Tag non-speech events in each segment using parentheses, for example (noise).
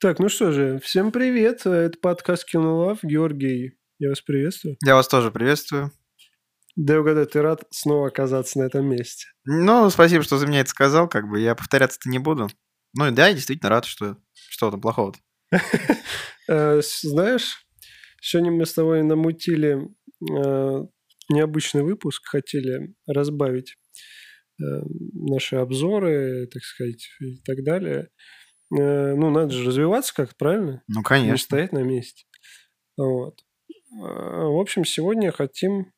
Так, ну что же, всем привет. Это подкаст Кинолав. Георгий, я вас приветствую. Я вас тоже приветствую. Дай угадать, ты рад снова оказаться на этом месте. Ну, спасибо, что за меня это сказал, как бы я повторяться-то не буду. Ну и да, я действительно рад, что что там плохого-то. Э, с- Знаешь, сегодня мы с тобой намутили э, необычный выпуск, хотели разбавить э, наши обзоры, так сказать, и так далее. Э, Ну, надо же развиваться как-то, правильно? Ну, не конечно. стоять на месте. Вот. А, В общем, сегодня хотим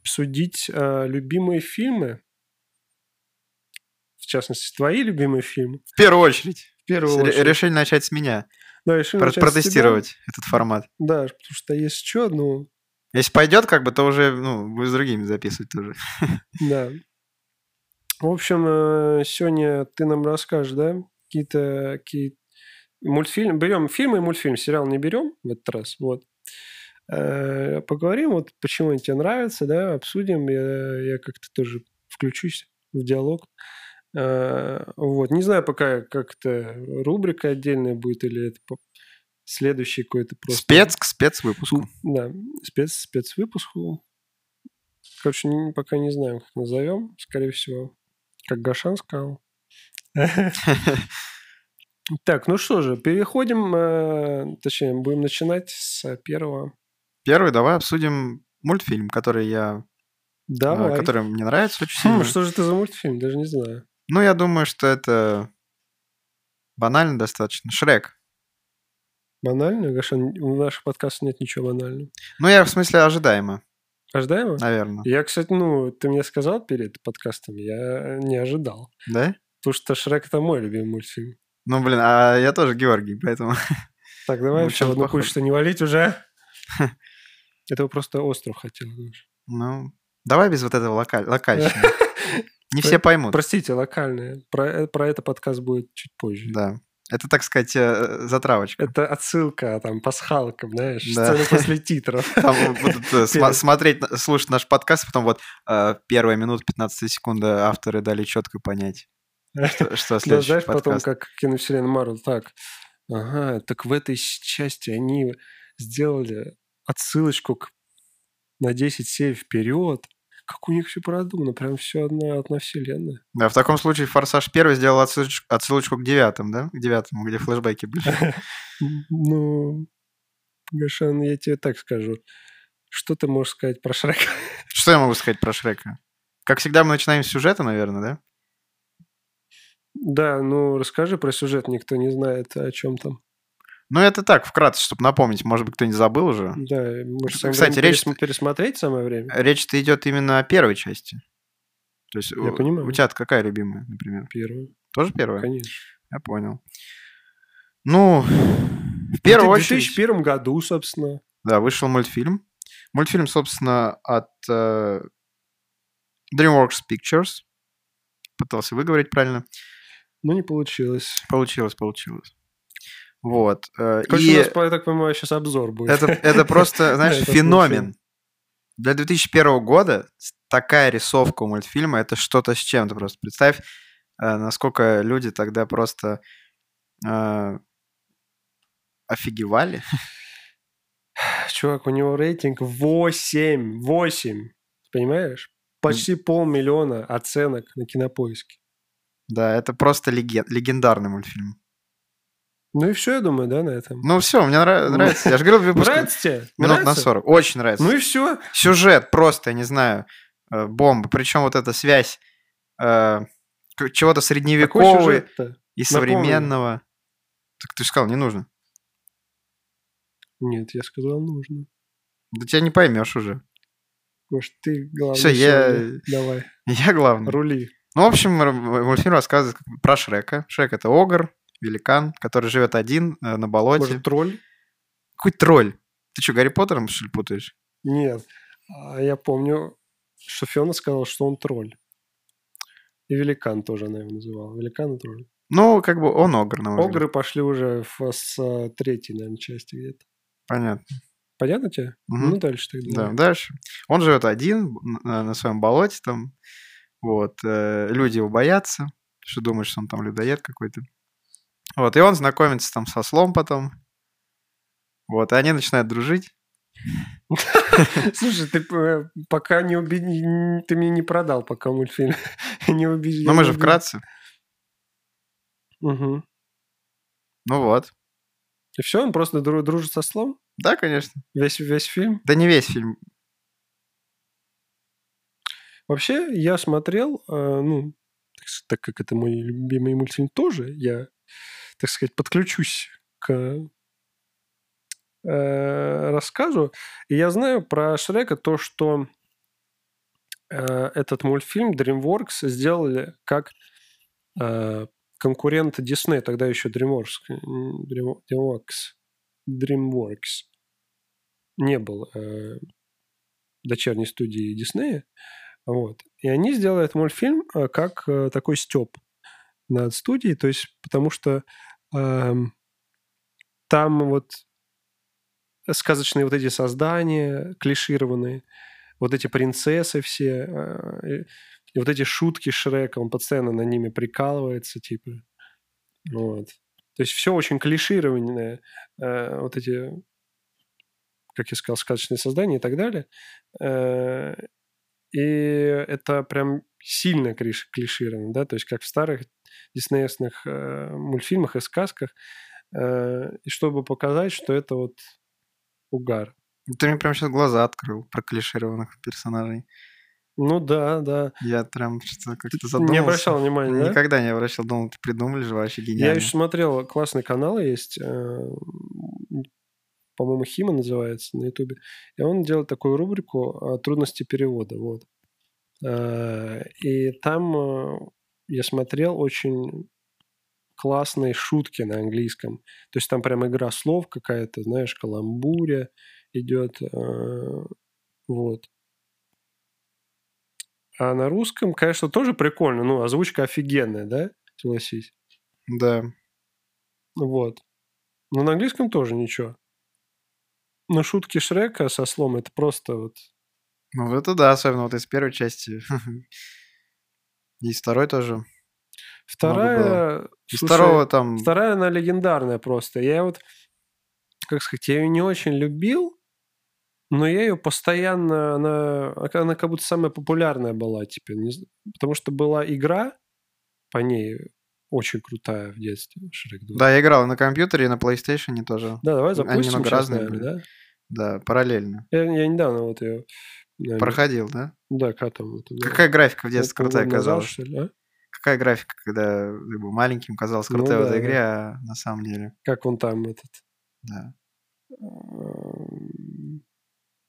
обсудить а, любимые фильмы. В частности, твои любимые фильмы. В первую очередь. В первую Ре- очередь. Решили начать с меня. Да, решили Про- начать с тебя. протестировать этот формат. Да, потому что есть ну, еще одну. Если пойдет, как бы, то уже, ну, вы с другими записывать тоже. Да. В общем, э, сегодня ты нам расскажешь, да, какие-то какие мультфильмы. Берем фильмы и мультфильм, сериал не берем в этот раз. Вот. Э, Поговорим, вот почему они тебе нравятся, да, обсудим. Я, я как-то тоже включусь в диалог. Э, Вот. Не знаю пока, как это рубрика отдельная будет или это по- следующий какой-то просто... Спец к спецвыпуску. Да, спец, спецвыпуску. Короче, не- пока не знаем, как назовем. Скорее всего, как Гашан сказал. (laughs) Так, ну что же, переходим, э, точнее, будем начинать с А, первого. Первый давай обсудим мультфильм, который я... э, Давай. Который мне нравится очень (laughs) Хм, сильно. что же это за мультфильм? Даже не знаю. Ну, я думаю, что это банально достаточно. Шрек. Банально, Гашан? У наших подкастов нет ничего банального. Ну, я в смысле ожидаемо, Ожидаемо? наверное. Я, кстати, ну, ты мне сказал перед подкастом, я не ожидал. Да? Потому что Шрек это мой любимый мультфильм. Ну, блин, а я тоже Георгий, поэтому... (laughs) Так, давай Ну, еще чё-то одну похоже. кучу не валить уже. Это просто остров хотел. знаешь. Ну, давай без вот этого лока- локальщины. (laughs) Не все поймут. Простите, локальное. Про, э- про это подкаст будет чуть позже. Да. Это, так сказать, э, затравочка. Это отсылка, а, там, пасхалка, знаешь, Да. сцена (laughs) после титров. Там будут э, сма- Перед. смотреть, на- слушать наш подкаст, потом вот э, первая минута, 15 секунды авторы дали четко понять, (laughs) что- что Да, следующий знаешь, потом, подкаст. как киновселенная Марвел, так, ага, так в этой с- части они сделали отсылочку к- на 10 серий вперед. Как у них все продумано, прям все одна, одна вселенная. Да, в таком случае «Форсаж 1» сделал отсылоч- отсылочку к девятому, да? К девятому, где (laughs) флешбеки были. Ну, Гашан, я тебе так скажу. Что ты можешь сказать про Шрека? Что я могу сказать про Шрека? Как всегда, мы начинаем с сюжета, наверное, да? (laughs) Да, ну расскажи про сюжет, никто не знает, о чем там. Ну, это так, вкратце, чтобы напомнить. Может быть, кто-нибудь забыл А. уже. Да, может, самое Кстати, время речь- пересм- пересмотреть самое время? Речь-то идет именно о первой части. То есть у- понимаю. у тебя какая любимая, например? Первую, Тоже первая? конечно. Я понял. Ну, в первую Ну, ты В очередь... 2001 году, собственно. Да, вышел мультфильм. Мультфильм, собственно, от э, DreamWorks Pictures. Пытался выговорить правильно. Но Ну, не получилось. Получилось, получилось. Вот. э, Короче, и у нас, по- я так понимаю, сейчас обзор будет. это, это просто, знаешь, этот феномен. мультфильм. Для 2001 года с- такая рисовка у мультфильма, это что-то с чем-то просто. Представь, э, насколько люди тогда просто э, офигевали. (laughs) Чувак, у него рейтинг 8. 8. Понимаешь? Почти полмиллиона оценок на кинопоиске. Да, это просто леген- легендарный мультфильм. Ну и все, я думаю, да, на этом. Ну все, мне нра- Ну. нравится. Я же говорил, выпуск Нравится тебе? минут на Нравится? 40. Очень нравится. Ну и все. Сюжет просто, я не знаю, э, бомба. Причем вот эта связь э, к- чего-то Какой средневековой сюжет-то? и Напомни. современного. Так ты же сказал, не нужно. Нет, я сказал нужно. Да тебя не поймешь уже. (laughs) Может, ты главный Всё, я- сегодня? Давай, Я главный. рули. Ну, в общем, р- мультфильм рассказывает как- про Шрека. Шрек — это огр, великан, который живет один э, на болоте. Может, тролль? Какой тролль? Ты что, Гарри Поттером, что ли, путаешь? Нет. А Я помню, что Фиона сказал, что он тролль. И великан тоже она его называла. Великан и тролль. Ну, как бы он огр, на мой взгляд. Огры пошли уже в- с а, третьей, наверное, части где-то. Понятно. Понятно тебе? Мгм. Ну, дальше Да, тогда. дальше. Он живет один н- э, на, на своем болоте там. Вот. э, люди его боятся, что думают, что он там людоед какой-то. Вот, и он знакомится там со слом потом. Вот, и они начинают дружить. (laughs) Слушай, ты э, пока не убедил, ты мне не продал пока мультфильм. (laughs) не убедил. Ну, мы же вкратце. Угу. Ну вот. И все, он просто дру- дружит со слом? Да, конечно. Весь, весь фильм? Да не весь фильм. Вообще, я смотрел, э, ну, так, с- так как это мой любимый мультфильм тоже, я, так сказать, подключусь к э, рассказу. И я знаю про Шрека то, что э, этот мультфильм DreamWorks сделали как э, конкурент Disney, тогда еще DreamWorks, м, Dream- DreamWorks, DreamWorks. не был э, дочерней студии Диснея. Вот. И они сделали этот мультфильм э, как э, такой степ над студией, то есть потому что эм, там вот сказочные вот эти создания, клишированные, вот эти принцессы все, э, и- и вот эти шутки Шрека, он постоянно на ними прикалывается, типа. Вот. То есть все очень клишированное, э, вот эти, как я сказал, сказочные создания и так далее. Э, и это прям сильно клиш- клишировано, да, то есть как в старых диснеевских э, мультфильмах и сказках, Э, и чтобы показать, что это вот угар. Ты мне прям сейчас глаза открыл про клишированных персонажей. Ну да, да. Я прям что-то как-то задумался. Не обращал внимания, да? Никогда не обращал, думал, ты придумали же вообще Я гениально. еще смотрел, классный канал есть, э, по-моему, Хима называется на Ютубе, и он делает такую рубрику э, «Трудности перевода», вот. Э, И там э, я смотрел очень классные шутки на английском. То есть там прям игра слов какая-то, знаешь, каламбуря идет, э, вот. А на русском, конечно, тоже прикольно, ну, озвучка офигенная, да, согласись. Да. Вот. Но на английском тоже ничего. Но шутки Шрека со слом это просто вот... Ну, вот это да, особенно вот из первой части. (laughs) И из второй тоже. Вторая... Из слушай, второго там... Вторая, она легендарная просто. Я вот, как сказать, я ее не очень любил, но я ее постоянно... Она, она как будто самая популярная была теперь. не зн- потому что была игра по ней очень крутая в детстве. Шрек 2. Да, я играл на компьютере и на PlayStation тоже. Да, давай Они запустим много сейчас, разные наверное, были. да? Да, параллельно. Я, я недавно вот ее... наверное, Проходил, да? Да, катом. это, да. Какая графика в детстве Полгода крутая назад, казалась? что ли, а? Какая графика, когда ты был маленьким, казалась Ну крутая в да, этой да. игре, а на самом деле, Как он там этот да. эм,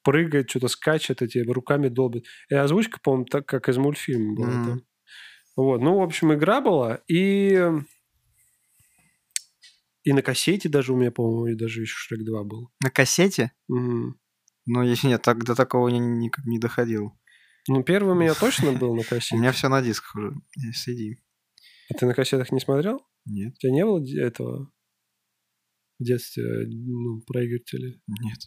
прыгает, что-то скачет, эти руками долбит. И озвучка, по-моему, так, как из мультфильма была. Мгм. там. Вот. Ну, в общем, игра была. И и на кассете даже у меня, по-моему, и даже еще Шрек 2 был. На кассете? Мгм. Ну, если нет, так, до такого я ни- никак не доходил. Ну, первый у меня точно был на (laughs) У кассете. меня все на дисках уже. Сиди. А ты на кассетах не смотрел? Нет, У тебя не было д- этого в детстве, ну, проигрывателя? нет.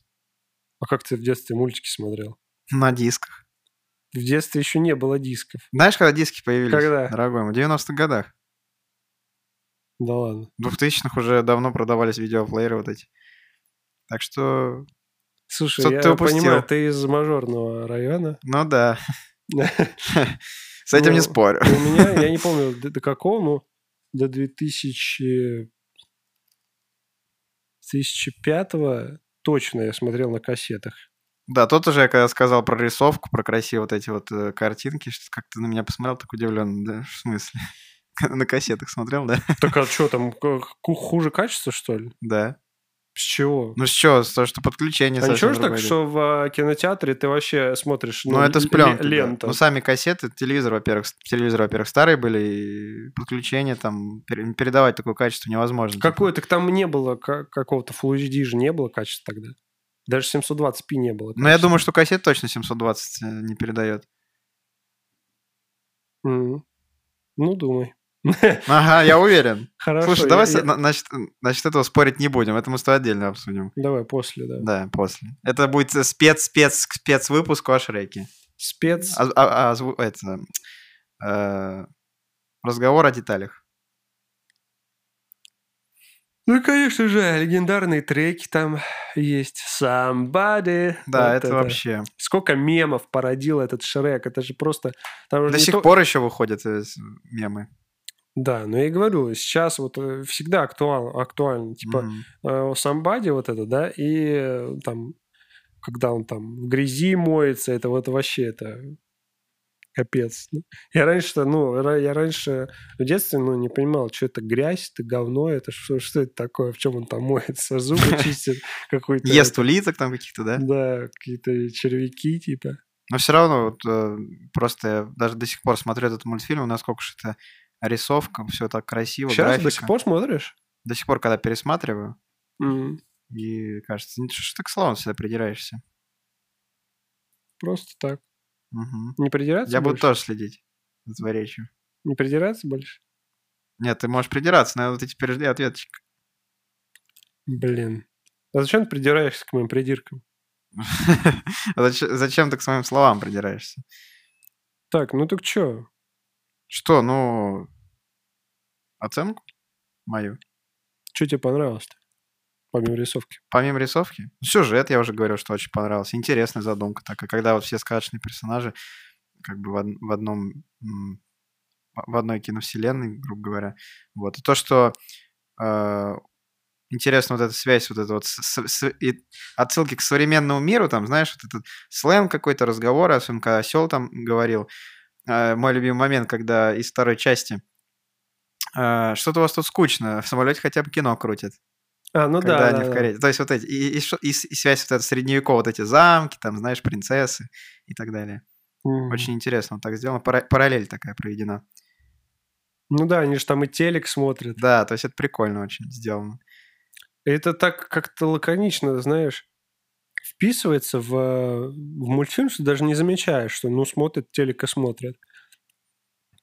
А как ты в детстве мультики смотрел? На дисках. В детстве еще не было дисков. Знаешь, когда диски появились? Когда? Дорогой мой, в 90-х годах. Да ладно. В 2000-х уже давно продавались видеоплееры вот эти. Так что, Слушай, Что-то я ты упустил. понимаю, ты из мажорного района. (laughs) ну да. С этим Ну, не спорю. У меня, я не помню, до, до какого, ну, до 2000... 2005 точно я смотрел на кассетах. Да, тот уже, я когда сказал про рисовку, про красивые вот эти вот э, картинки, что как ты на меня посмотрел, так удивлен, да, в смысле? (laughs) На кассетах смотрел, да? (laughs) Так а что там, к- ху- хуже качество, что ли? Да. С чего? Ну что, то, что подключение а ничего совсем ж так, другое идет. что в э, кинотеатре ты вообще смотришь Ну, это с л- пленки, да. ленту. Ну, сами кассеты, телевизор, во-первых, с- телевизоры, во-первых, старые были, и подключение там, пер- передавать такое качество невозможно. Типа. Какое так там не было ка- какого-то Full HD же не было качества тогда. Даже 720p не было. Но Ну, я качества. думаю, что кассет точно 720 э, не передает. Мгм. Ну, думай. Ага, я уверен. Хорошо. Слушай, я- давай, я- с- на- значит, э, значит, этого спорить не будем, это мы с тобой отдельно обсудим. Давай после, да. Да, после. Это будет э, спец, спец, спецвыпуск о Шреке. Спец. А- а- а, зву- это, э, разговор о деталях. Ну, и, конечно же, легендарные треки там есть. Somebody. Вот Да, это вообще. Сколько мемов породил этот Шрек. Это же просто... там уже До не сих то- пор еще выходят э, с- мемы. Да, ну я и говорю, сейчас вот э, всегда актуально, актуально типа Мгм. э, Somebody вот это, да, и э, там, когда он там в грязи моется, это вот вообще это капец. Ну, Я раньше, ну, ра- я раньше в детстве, ну, не понимал, что это грязь, это говно, это что, что это такое, в чем он там моется, (laughs) зубы чистит какой-то. Ест улиток там каких-то, да? Да, какие-то червяки типа. Но все равно вот, э, просто я даже до сих пор смотрю этот мультфильм, насколько же это рисовка, все так красиво, Сейчас до графика. сих пор смотришь? До сих пор, когда пересматриваю, М, и кажется, ну, что ж ты к словам всегда придираешься. Просто так. Мгм. Не придираться Я буду больше? тоже следить за твоей речью. Не придираться больше? нет Нет, ты можешь придираться, но вот ты теперь жди ответочек. (laughs) Блин. А зачем ты придираешься к моим придиркам? Зач- Зачем ты к своим словам придираешься? Так, ну так чё? Что, ну, оценку мою? Чё тебе понравилось-то? Помимо рисовки. Помимо рисовки? Сюжет, я уже говорил, что очень понравился. Интересная задумка такая, когда вот все сказочные персонажи как бы в, од- в одном... м, в одной киновселенной, грубо говоря. Вот. И то, что э, интересно вот эта связь, вот это вот с- с- с- и отсылки к современному миру, там, знаешь, вот этот сленг какой-то, разговор, особенно когда осел там говорил. Э, мой любимый момент, когда из второй части э, что-то у вас тут скучно, в самолете хотя бы кино крутят А, ну когда да, они да, в да. карете. То есть вот эти, и, и шо- и с- и связь вот эта средневековая, вот эти замки, там, знаешь, принцессы и так далее. Мгм. Очень интересно вот так сделано, пара- параллель такая проведена. Ну да, они же там и телек смотрят. Да, то есть это прикольно очень сделано. Это так как-то лаконично, знаешь, вписывается в, э, в мультфильм, что даже не замечаешь, что ну смотрят телек и смотрят.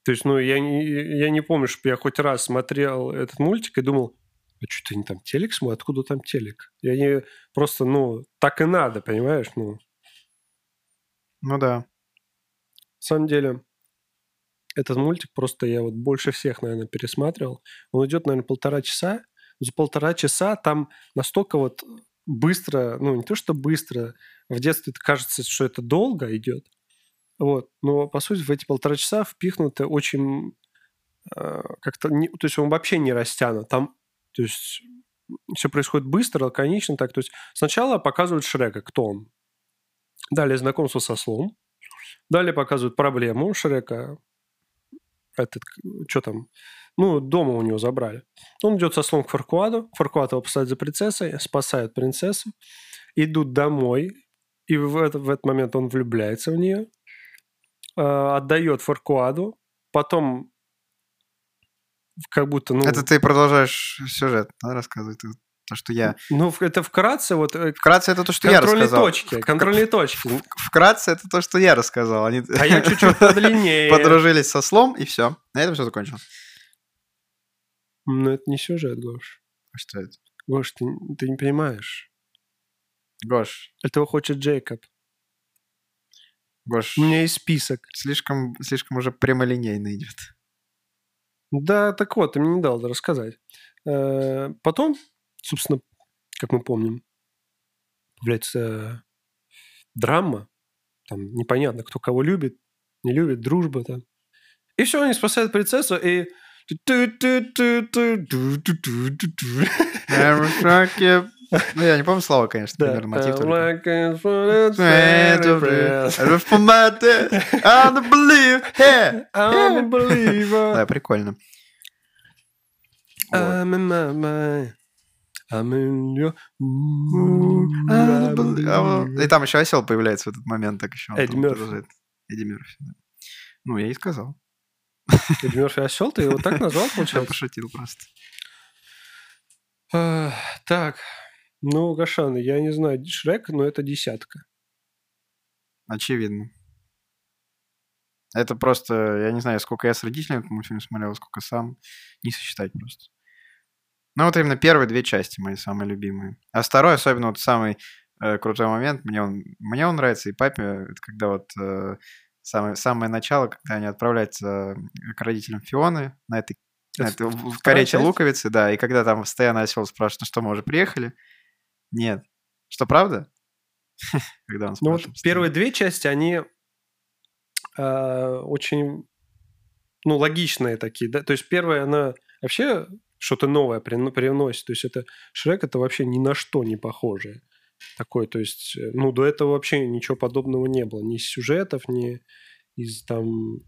То есть, ну, я не, я не помню, чтобы я хоть раз смотрел этот мультик и думал, а что-то они там телек смотрят, откуда там телек? И они просто, ну, так и надо, понимаешь? Ну, Ну да. На самом деле, этот мультик просто я вот больше всех, наверное, пересматривал. Он идет, наверное, полтора часа. За полтора часа там настолько вот быстро, ну, не то что быстро, в детстве это кажется, что это долго идет, вот, но, по сути, в эти полтора часа впихнуто очень э, как-то... не- то есть он вообще не растянут. Там, то есть, все происходит быстро, лаконично так. То есть сначала показывают Шрека, кто он. Далее знакомство со слом. Далее показывают проблему Шрека. Этот, что там? Ну, дома у него забрали. Он идет со слом к Фаркуаду. Фаркуад его посылает за принцессой, спасают принцессу. Идут домой. И в этот, в этот момент он влюбляется в нее. а, отдает Фаркуаду. Потом как будто... Ну, Это ты продолжаешь сюжет, да, рассказывать? Ты- То, что я... ну, в- это вкратце вот... э, Вкратце это то, что я контрольные рассказал. точки. (laughs) Контрольные точки. Вкратце это то, что я рассказал. Они А я (laughs) чуть-чуть подлиннее. подружились со слом, и все. На этом все закончилось. Ну, это не сюжет, Гош. А Что это? Гош, ты, ты не понимаешь. Гош, Этого хочет Джейкоб. Гош, У меня есть список. слишком, слишком уже прямолинейно идет. Да, так вот, ты мне не дал рассказать. Э, Потом, собственно, как мы помним, появляется драма. Там непонятно, кто кого любит, не любит, дружба там. И все, они спасают принцессу, и... I'm shocked. Ну, я не помню слова, конечно, Да. примерно мотив I'm только. Э, like a fairy tale. I don't forget it. I don't believe it. I'm a believer. (laughs) Да, прикольно. Вот. I'm in my mind. I'm in your I don't believe- I mind. don't- И там еще осел появляется в этот момент, так еще. он Эдди там Мёрфи. продолжает. Эдди Мёрфи, да. Ну, я и сказал. (laughs) Эдди Мерфи осел, ты его так назвал, Я получается? пошутил просто. А, Так, ну, Гошан, я не знаю, Шрек, но это десятка. Очевидно. Это просто, я не знаю, сколько я с родителями этот мультфильм смотрел, сколько сам, не сосчитать просто. Ну вот именно первые две части мои самые любимые. А второй, особенно вот самый э, крутой момент, мне он, мне он нравится, и папе, это когда вот э, самое, самое начало, когда они отправляются э, к родителям Фионы на этой Это Это в- в вторая Коречи часть? Луковицы, да. И когда там постоянно осел спрашивает, ну что, мы уже приехали? Нет. Что, правда? (laughs) Когда он Ну вот спрашивает постоянно. первые две части, они э, очень, ну, логичные такие, да. То есть первая, она вообще что-то новое прин- привносит. То есть это Шрек, это вообще ни на что не похожее. Такое, то есть, э, ну, до этого вообще ничего подобного не было. Ни из сюжетов, ни из там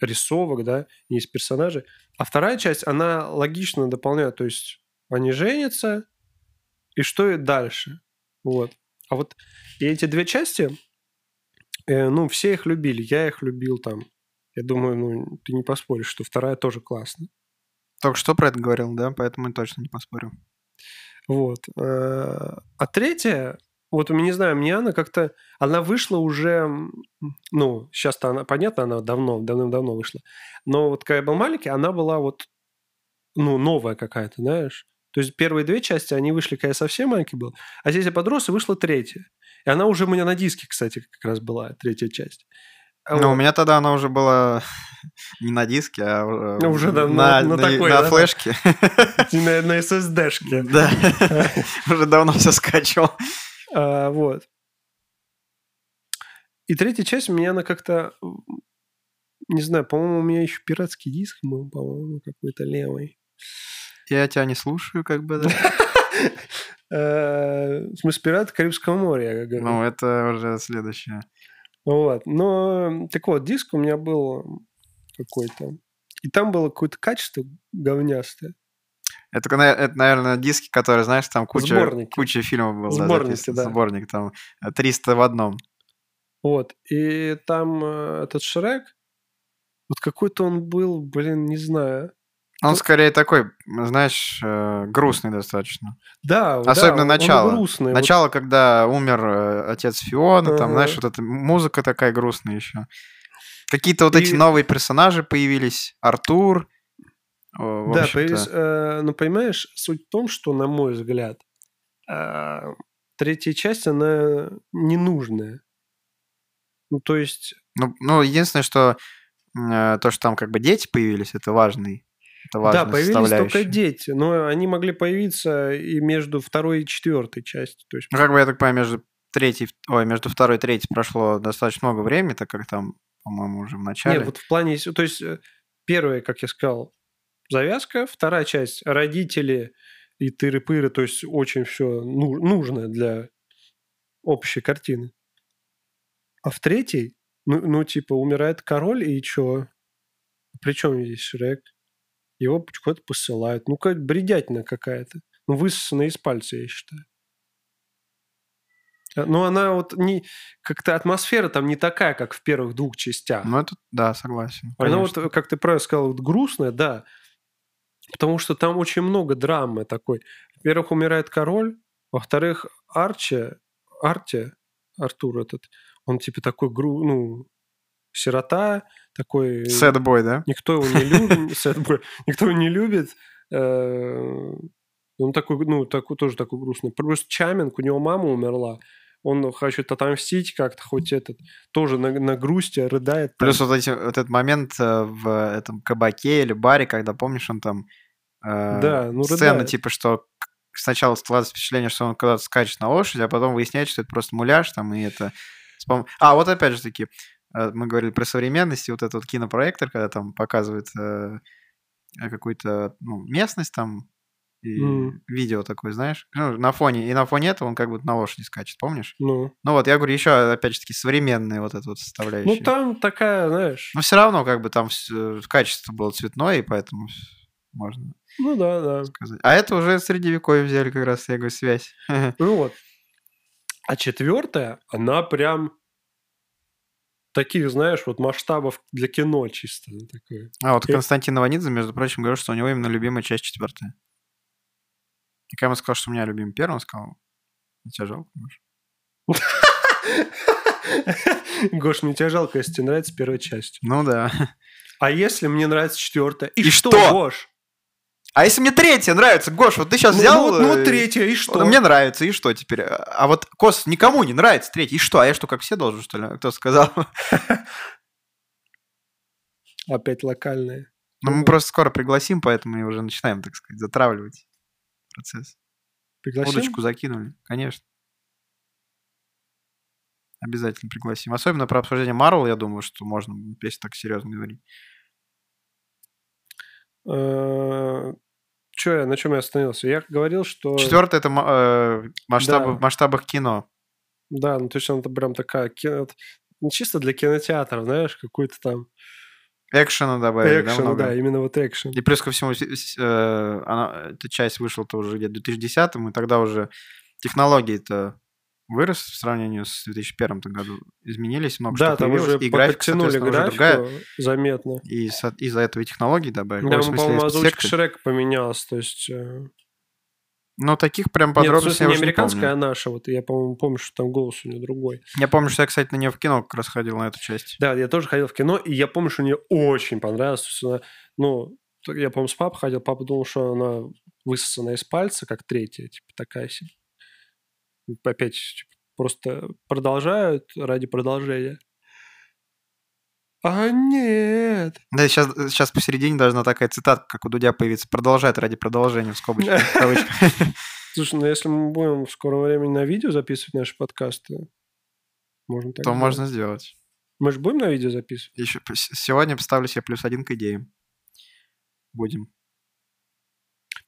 рисовок, да, ни из персонажей. А вторая часть, она логично дополняет. То есть они женятся, и что и дальше. Вот. А вот и эти две части, э, ну, все их любили. Я их любил там. Я думаю, ну, ты не поспоришь, что вторая тоже классная. Только что про это говорил, да, поэтому я точно не поспорю. Вот. Э, А третья, вот не знаю, мне она как-то... Она вышла уже... м, Ну, сейчас-то она, понятно, она давно, давным-давно вышла. Но вот когда я был маленький, она была вот, ну, новая какая-то, знаешь. То есть первые две части, они вышли, когда я совсем маленький был. А здесь я подрос, и вышла третья. И она уже у меня на диске, кстати, как раз была, третья часть. А Но Ну, у вот. меня тогда она уже была (laughs) не на диске, а э, Ну, уже, да, на, на- на такой, да, на да. флешке. (laughs) И на, на SSD-шке. (laughs) Да, уже давно все скачал. А, вот. И третья часть у меня она как-то... м, Не знаю, по-моему, у меня еще пиратский диск был, по-моему, какой-то левый. Я тебя не слушаю, как бы, да. Э, В смысле, пират Карибского моря, я говорю. Ну Ну, это уже следующее. Вот. Но, так вот, диск у меня был какой-то. И там было какое-то качество говнястое. Это, кона- это, наверное, диски, которые, знаешь, там куча, Сборники. куча фильмов было. да, Сборники, записано. да. Сборник, там э, 300 в одном. Вот. И там э, этот Шрек, вот какой-то он был, блин, не знаю. Он Ну- скорее такой, знаешь, э, грустный достаточно. Да, Особенно да, он- начало. Он грустный. Вот Начало, когда умер э, отец Фиона, там, Ага. знаешь, вот эта музыка такая грустная еще. Какие-то вот эти И- новые персонажи появились. Артур. э, в Да, общем-то. появились, э, ну понимаешь, суть в том, что, на мой взгляд, э, третья часть, она ненужная. Ну, то есть, Ну, ну, единственное, что э, то, что там как бы дети появились, это важный. Это важная да, появились только составляющая. дети, но они могли появиться и между второй и четвертой частью. То есть, Ну, как бы, я так понимаю, между третьей, ой, между второй и третьей прошло достаточно много времени, так как там, по-моему, уже в начале. Нет, вот в плане... с- То есть э, первая, как я сказал, завязка, вторая часть родители и тыры-пыры, то есть очень все нужно для общей картины. А в третьей, ну, ну, типа, умирает король, и чё? Причем здесь Шрек? Его п- куда-то посылают. Ну, как бредятина какая-то. Ну, высосана из пальца, я считаю. Э, Но она вот не... Как-то атмосфера там не такая, как в первых двух частях. Ну, это, да, согласен. Она вот, конечно. э, как ты правильно сказал, вот грустная, да. Потому что там очень много драмы такой. Во-первых, умирает король. Во-вторых, Арчи, Арти, Артур этот, он типа такой, гру, ну, сирота, такой... Sad boy, да? Никто его не любит. (laughs) sad boy, Никто его не любит. Э, Он такой, ну, такой, тоже такой грустный. Плюс Чаминг, у него мама умерла. Он хочет отомстить как-то, хоть этот. Тоже на, на грусти рыдает. Плюс вот, эти, вот этот момент э, в этом кабаке или баре, когда, помнишь, он там... э, Да, ну, Сцена, рыдает. типа, что к- сначала складывается впечатление, что он куда-то скачет на лошади, а потом выясняется, что это просто муляж там, и это... вспом- А, вот опять же таки, э, мы говорили про современность, и вот этот вот кинопроектор, когда там показывает э, э, какую-то ну, местность там, и Мгм. видео такое, знаешь, ну, на фоне, и на фоне этого он как будто на лошади скачет, помнишь? Ну, Ну вот, я говорю, еще, опять же таки, современные вот это вот составляющие. Ну, там такая, знаешь... Но все равно, как бы там всё- качество было цветное, и поэтому с- можно Ну, да, да. сказать. А это уже в средневековье взяли как раз, я говорю, связь. Ну, вот. А четвертая, она прям таких, знаешь, вот масштабов для кино чисто. она такое. А вот Э. Константин Иванидзе, между прочим, говорил, что у него именно любимая часть четвертая. И когда ему сказал, что у меня любимый первый, он сказал, «Ну, тебя жалко, Гош». (laughs) Гош, мне тебя жалко, если тебе нравится первая часть. Ну да. А если мне нравится четвертая? И, И что, что? Гош? А если мне третья нравится, Гош, вот ты сейчас Ну, взял... ну, вот- ну, вот э, третья, и вот что? Мне нравится, и что теперь? А вот Кос никому не нравится третий. И что? А я что, как все должен, (laughs) что ли? Кто сказал? Опять локальная. Но Ну, мы просто скоро пригласим, поэтому и уже начинаем, так сказать, затравливать процесс. Пригласим? Удочку закинули, конечно. Обязательно пригласим. Особенно про обсуждение Марвел, я думаю, что можно, если так серьезно говорить. Э, Чё я, на чем я остановился? Я говорил, что... Четвертое это ма- э, Да. масштабы, в масштабах кино. Да, ну то есть она прям такая... кино- ну, Чисто для кинотеатра, знаешь, какой-то там Экшена добавили, да, экшен, много? Типа, да, именно вот экшен. И плюс ко всему, с- с- э, она, эта часть вышла то уже где-то в 2010 и тогда уже технологии-то вырос в сравнении с 2001 году. Изменились много Да, что там появилось, уже и графика, подтянули соответственно, уже графику другая. заметно. И со- из-за этого и технологии добавили. Ой, Там, в смысле, по-моему, озвучка спецэффекты. Шрек поменялась, то есть... э, Но таких прям Нет, в подробностей смысле, не я уже не американская, а помню. наша. Вот я, по-моему, помню, что там голос у нее другой. Я помню, что я, кстати, на нее в кино как раз ходил, на эту часть. Да, я тоже ходил в кино, и я помню, что мне очень понравилось. То есть она, ну, то- я, по-моему, с папой ходил. Папа думал, что она высосана из пальца, как третья, типа такая себе. Опять типа, просто продолжают ради продолжения. А нет! Да, сейчас, сейчас посередине должна такая цитата, как у Дудя появится. Продолжает ради продолжения в скобочках. в кавычках. Слушай, ну если мы будем в скором времени на видео записывать наши подкасты, можно так То сделать. можно сделать. Мы же будем на видео записывать? Еще п- с- сегодня поставлю себе плюс один к идеям. Будем.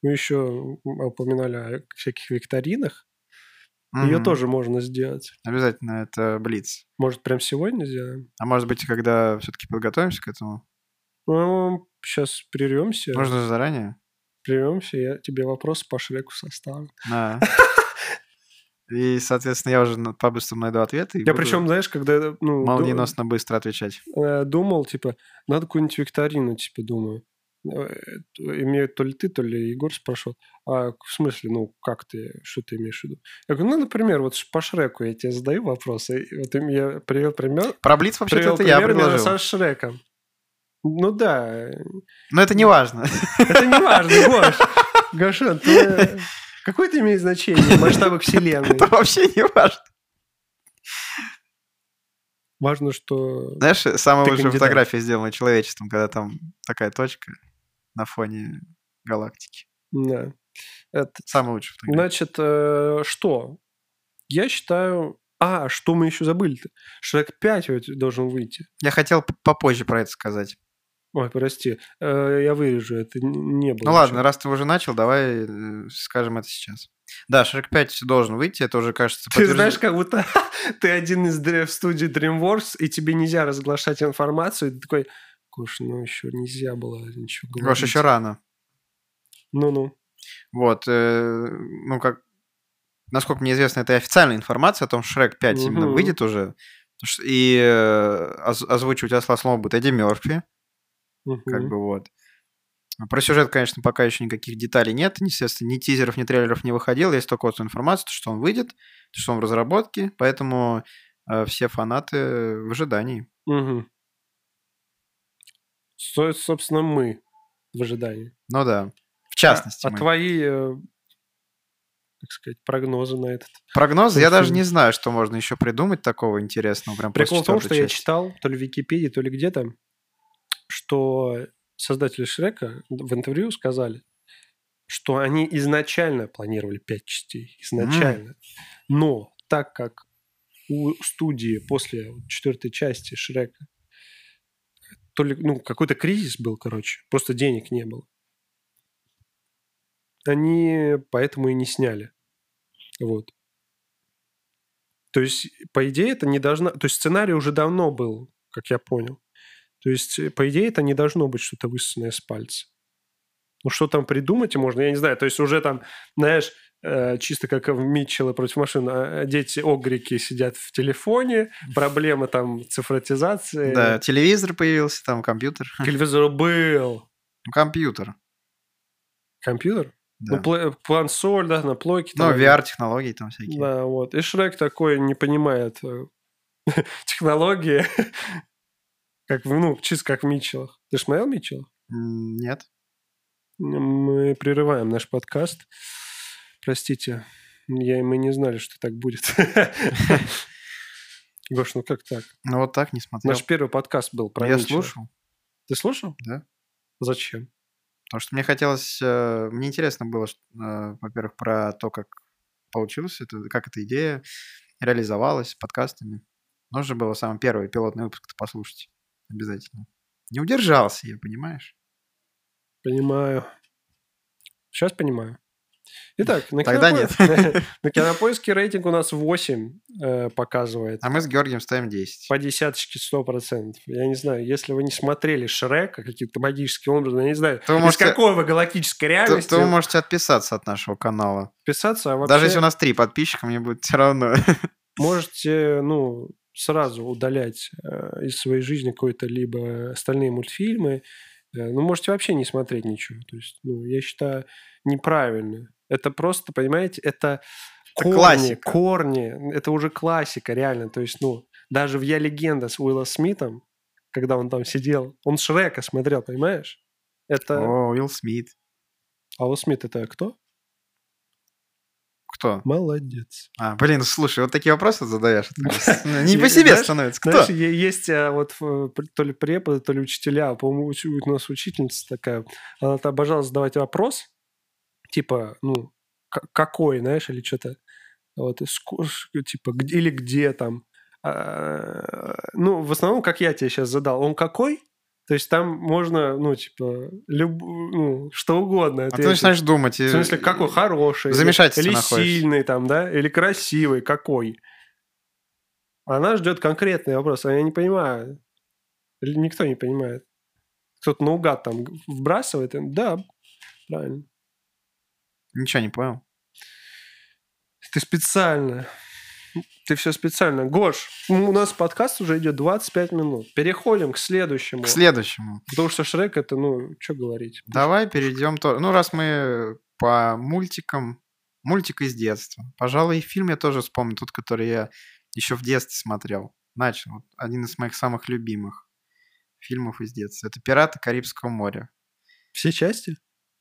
Мы еще упоминали о всяких викторинах. Ее Мгм. тоже можно сделать. Обязательно это блиц. Может, прям сегодня сделаем? А может быть, когда все-таки подготовимся к этому? Ну, сейчас прервемся. Можно же заранее? Прервемся, я тебе вопрос по Шреку составлю. (laughs) Да. И, соответственно, я уже на- по-быстрому найду ответы. и Я буду причем, знаешь, когда ну, ду- молниеносно быстро отвечать. э, думал, типа, надо какую-нибудь викторину, типа, думаю. Э, И мне то ли ты, то ли Егор спрашивал, а в смысле, ну, как ты, что ты имеешь в виду? Я говорю, ну, например, вот ш- по Шреку я тебе задаю вопросы. И Вот им я привел пример, Про блиц вообще-то привел это я пример именно со предложил. Шреком. Ну да, э, Но это не важно. (laughs) это не важно, Гош. Гошан, ты... Какое это имеет значение в масштабах вселенной? (laughs) Это вообще не важно. Важно, что... Знаешь, самая Ты лучшая кандидат. фотография, сделанная человечеством, когда там такая точка на фоне галактики. Да. Это- Самая лучшая фотография. Значит, э, что? Я считаю... А, что мы еще забыли-то? Шрек 5 ведь должен выйти. Я хотел п- попозже про это сказать. Ой, прости. Э, Я вырежу, это н- не было. Ну ладно, раз ты уже начал, давай э, скажем это сейчас. Да, Шрек 5 должен выйти, это уже, кажется, Ты подтвержд- знаешь, как будто (laughs) ты один из дре- в студии DreamWorks, и тебе нельзя разглашать информацию. И ты такой, Гош, ну еще нельзя было ничего говорить. Гош, еще рано. Ну-ну. Вот, э, ну как, насколько мне известно, это и официальная информация о том, что Шрек 5 именно Мгм. выйдет уже. Потому что- И э, оз- озвучивать осла слова будет Эдди Мерфи, Мгм. как бы вот. А Про сюжет, конечно, пока еще никаких деталей нет. Естественно, ни тизеров, ни трейлеров не выходило. Есть только вот информация, что он выйдет, что он в разработке. Поэтому э, все фанаты в ожидании. Мгм. Со- Собственно, мы в ожидании. Ну да. В частности, А, а мы. твои, э, как сказать, прогнозы на этот? прогнозы, я Слушай, даже не знаю, что можно еще придумать такого интересного. Прям после Прикол в том, что четвертой я части. читал, то ли в Википедии, то ли где-то, что создатели Шрека в интервью сказали, что они изначально планировали пять частей. Изначально. Но так как у студии после четвертой части Шрека то ли, ну, какой-то кризис был, короче, просто денег не было. Они поэтому и не сняли. Вот. То есть, э, по идее, это не должно... То есть, сценарий уже давно был, как я понял. То есть, э, по идее, это не должно быть что-то высосанное с пальца. Ну, что там придумать можно, я не знаю. То есть, уже там, знаешь, э, чисто как в Митчелла против машин, а, дети огрики сидят в телефоне, проблема там цифротизации. Да, телевизор появился, там компьютер. Телевизор был. (laughs) Ну, компьютер. Компьютер? Да. Ну, пле- консоль, да, на плойке. Ну, там. VR-технологии там всякие. Да, вот. И Шрек такой не понимает э, (laughs) технологии, как, в- ну, чисто как в Митчеллах. Ты же смотрел Митчеллах? М, Нет. Мы прерываем наш подкаст. Простите, я, мы не знали, что так будет. (laughs) (laughs) Гош, ну как так? Ну, вот так не смотрел. Наш первый подкаст был про Я Митчелла. слушал. Ты слушал? Да. Зачем? Потому что мне хотелось... э, Мне интересно было, ш- э, во-первых, про то, как получилось это, как эта идея реализовалась с подкастами. Нужно было самый первый пилотный выпуск послушать обязательно. Не удержался я, понимаешь? Понимаю. Сейчас понимаю. Итак, на, Тогда Кинопоиске- (laughs) на кинопоиске рейтинг у нас 8 э, показывает. А мы с Георгием ставим 10. По десяточке 100%. Я не знаю, если вы не смотрели Шрека, какие-то магические образы, я не знаю, То вы из можете- какой вы галактической То, реальности то вы можете отписаться от нашего канала. подписаться, а вообще Даже если у нас три подписчика, мне будет (laughs) все равно. можете ну, сразу удалять э, из своей жизни какой-то либо остальные мультфильмы. Э, Ну, можете вообще не смотреть ничего. То есть, ну, я считаю, неправильно. Это просто, понимаете, это, Это корни, классика. корни. Это уже классика, реально. То есть, ну, даже в «Я легенда» с Уиллом Смитом, когда он там сидел, он Шрека смотрел, понимаешь? Это... О, Уилл Смит. А Уилл Смит это кто? Кто? Молодец. А, блин, слушай, вот такие вопросы (laughs) задаешь. это как бы Не Я- по себе знаешь- становится. Кто? Знаешь, е- есть э, вот э, пр- то ли преподы, то ли учителя. По-моему, уч- у нас учительница такая. Она то обожала задавать вопрос, типа, ну, к- какой, знаешь, или что-то. Вот, и ску- ш- типа, г- или где там. А, Ну, в основном, как я тебе сейчас задал, он какой? То есть там можно, ну, типа, люб- ну, что угодно. А ты ответить. начинаешь думать. и- В смысле, какой хороший. В замешательстве Или находишься. сильный там, да? Или красивый какой. Она ждет конкретный вопрос, а я не понимаю. Или Никто не понимает. Кто-то наугад там вбрасывает. и- Да, правильно. Ничего не понял. Ты специально. Ты все специально. Гош, м, у нас подкаст уже идет 25 минут. Переходим к следующему. К следующему. Потому что Шрек это, ну, что говорить. Давай перейдем... то- Ну, раз мы по мультикам... Мультик из детства. Пожалуй, и фильм я тоже вспомню, тот, который я еще в детстве смотрел. Начал. Вот Один из моих самых любимых фильмов из детства. Это «Пираты Карибского моря». Все части?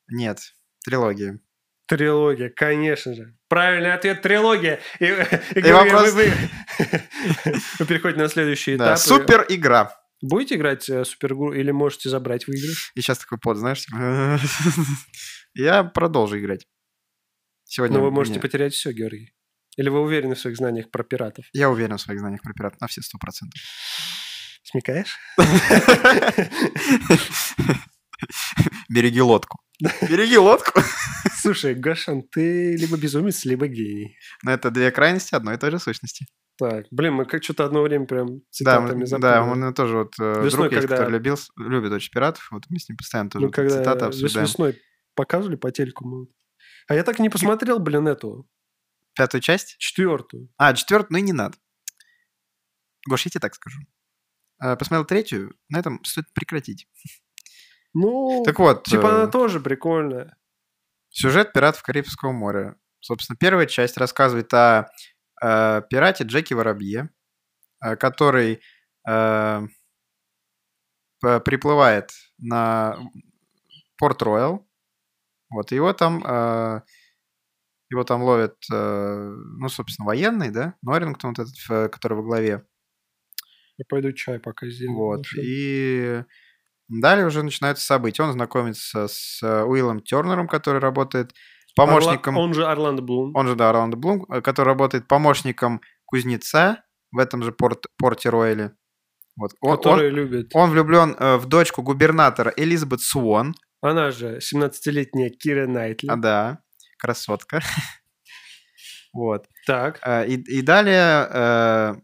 Нет, трилогия. Трилогия, конечно же. Правильный ответ – трилогия. И, (laughs) и И говорю, вопрос- вы, вы- (laughs) вы переходите на следующий Да, этап. супер игра. Будете играть э, супергру или можете забрать выигрыш? И сейчас такой пот, знаешь, (laughs) типа, я продолжу играть. Сегодня Но Ну, вы мне- можете потерять все, Георгий. Или вы уверены в своих знаниях про пиратов? Я уверен в своих знаниях про пиратов на все сто процентов. Смекаешь? (laughs) Береги лодку. Береги лодку. Слушай, Гашан, ты либо безумец, либо гений. Но это две крайности одной и той же сущности. Так, блин, мы как что-то одно время прям Да, мы- цитатами да, запутали. у меня тоже вот э, Весной, друг есть, когда- который любил, с- любит очень пиратов. Вот мы с ним постоянно тоже Ну, вот эти когда цитаты вес- обсуждаем. весной показывали по телеку. мы. А я так и не посмотрел, блин, эту, Пятую часть? четвертую. А, четвертую, ну и не надо. Гош, я тебе так скажу. Э, Посмотрел третью, на этом стоит прекратить. Ну, Так вот, Типа э, она тоже прикольная. Сюжет «Пиратов Карибского моря». Собственно, первая часть рассказывает о э, пирате Джеки Воробье, э, который э, п- приплывает на Порт-Роял. Вот, и его там, э, его там ловят, э, ну, собственно, военный, да? Норрингтон, вот этот, э, который во главе. Я пойду чай пока сделаю. Вот. Хорошо. И далее уже начинаются события. Он знакомится с э, Уиллом Тернером, который работает помощником... Орла- Он же Орландо Блум. Он же, да, Орландо Блум, э, который работает помощником кузнеца в этом же порт, порте Ройле. Вот. Он, который любит. влюблен в дочку губернатора Элизабет Суон. Она же 17-летняя Кира Найтли. А, да, красотка. (laughs) Вот. Так. А, И, и далее э,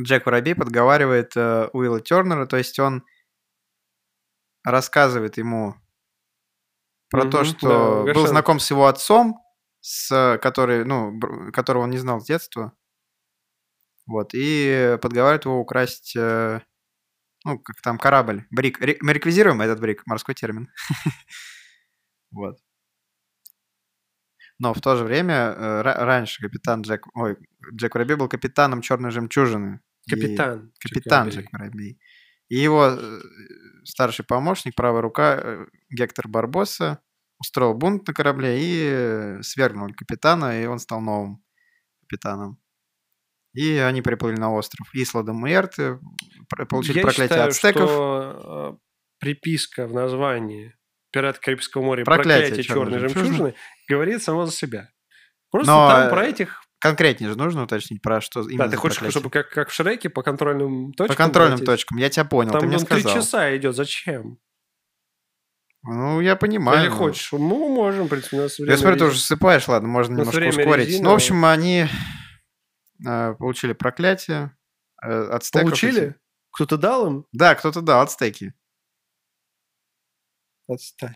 Джек Воробей подговаривает э, Уилла Тернера, то есть он рассказывает ему про то, Мгм, да, что был Гошан. знаком с его отцом, с, э, который, ну, бр- которого он не знал с детства. Вот, и подговаривает его украсть, э, ну, как там, корабль, брик. Ре- Мы реквизируем этот брик, морской термин. (laughs) Вот. Но в то же время, э, ра- раньше капитан Джек... Ой, Джек Воробей был капитаном черной жемчужины. И- Капитан. Капитан же. Джек Воробей. И его э, старший помощник, правая рука, э, Гектор Барбоса, устроил бунт на корабле и э, свергнул капитана, и он стал новым капитаном. И они приплыли на остров Исла де Муэрте, э, пр- получили Я проклятие считаю, ацтеков. что э, приписка в названии «Пираты Карибского моря. Проклятие Проклятие, черной, черной жемчужины», жемчужины говорит само за себя. Просто Но, там э, про этих... Конкретнее же нужно уточнить, про что Да, именно ты за хочешь, проклятие. чтобы как, как в Шреке по контрольным точкам... По контрольным пройти? точкам. Я тебя понял, ты Там мне он три сказал. часа идет. Зачем? Ну, я понимаю. Или ну. хочешь? Ну, можем, в принципе, у нас время... Я смотрю, ты есть. уже засыпаешь, ладно, можно У нас немножко время ускорить. Ну, резиновое. в общем, они э, получили проклятие э, от стеков. Получили? Кто-то дал им? Да, кто-то дал отстеки. Отстань.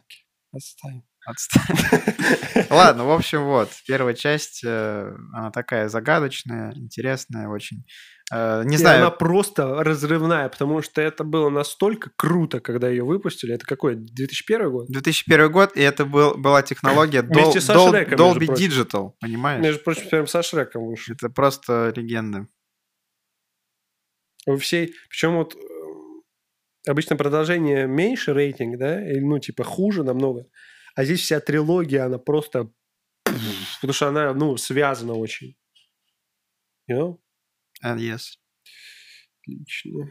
Отстань. (laughs) Ладно, в общем, вот. Первая часть, э, она такая загадочная, интересная очень. Э, И Не Она знаю, просто разрывная, потому что это было настолько круто, когда ее выпустили. Это какой? 2001 год? 2001 год, и это был, была технология Dol- Вместе со Dol- Шреком, между Dolby прочим. Digital, понимаешь? Между прочим, прям со Шреком вышел. Это просто легенда. У всей... Причем вот э, обычно продолжение меньше рейтинг, да? Или, ну, типа, хуже намного. А здесь вся трилогия, она просто... Потому что она, ну, связана очень. You know? And Э, yes. Отлично.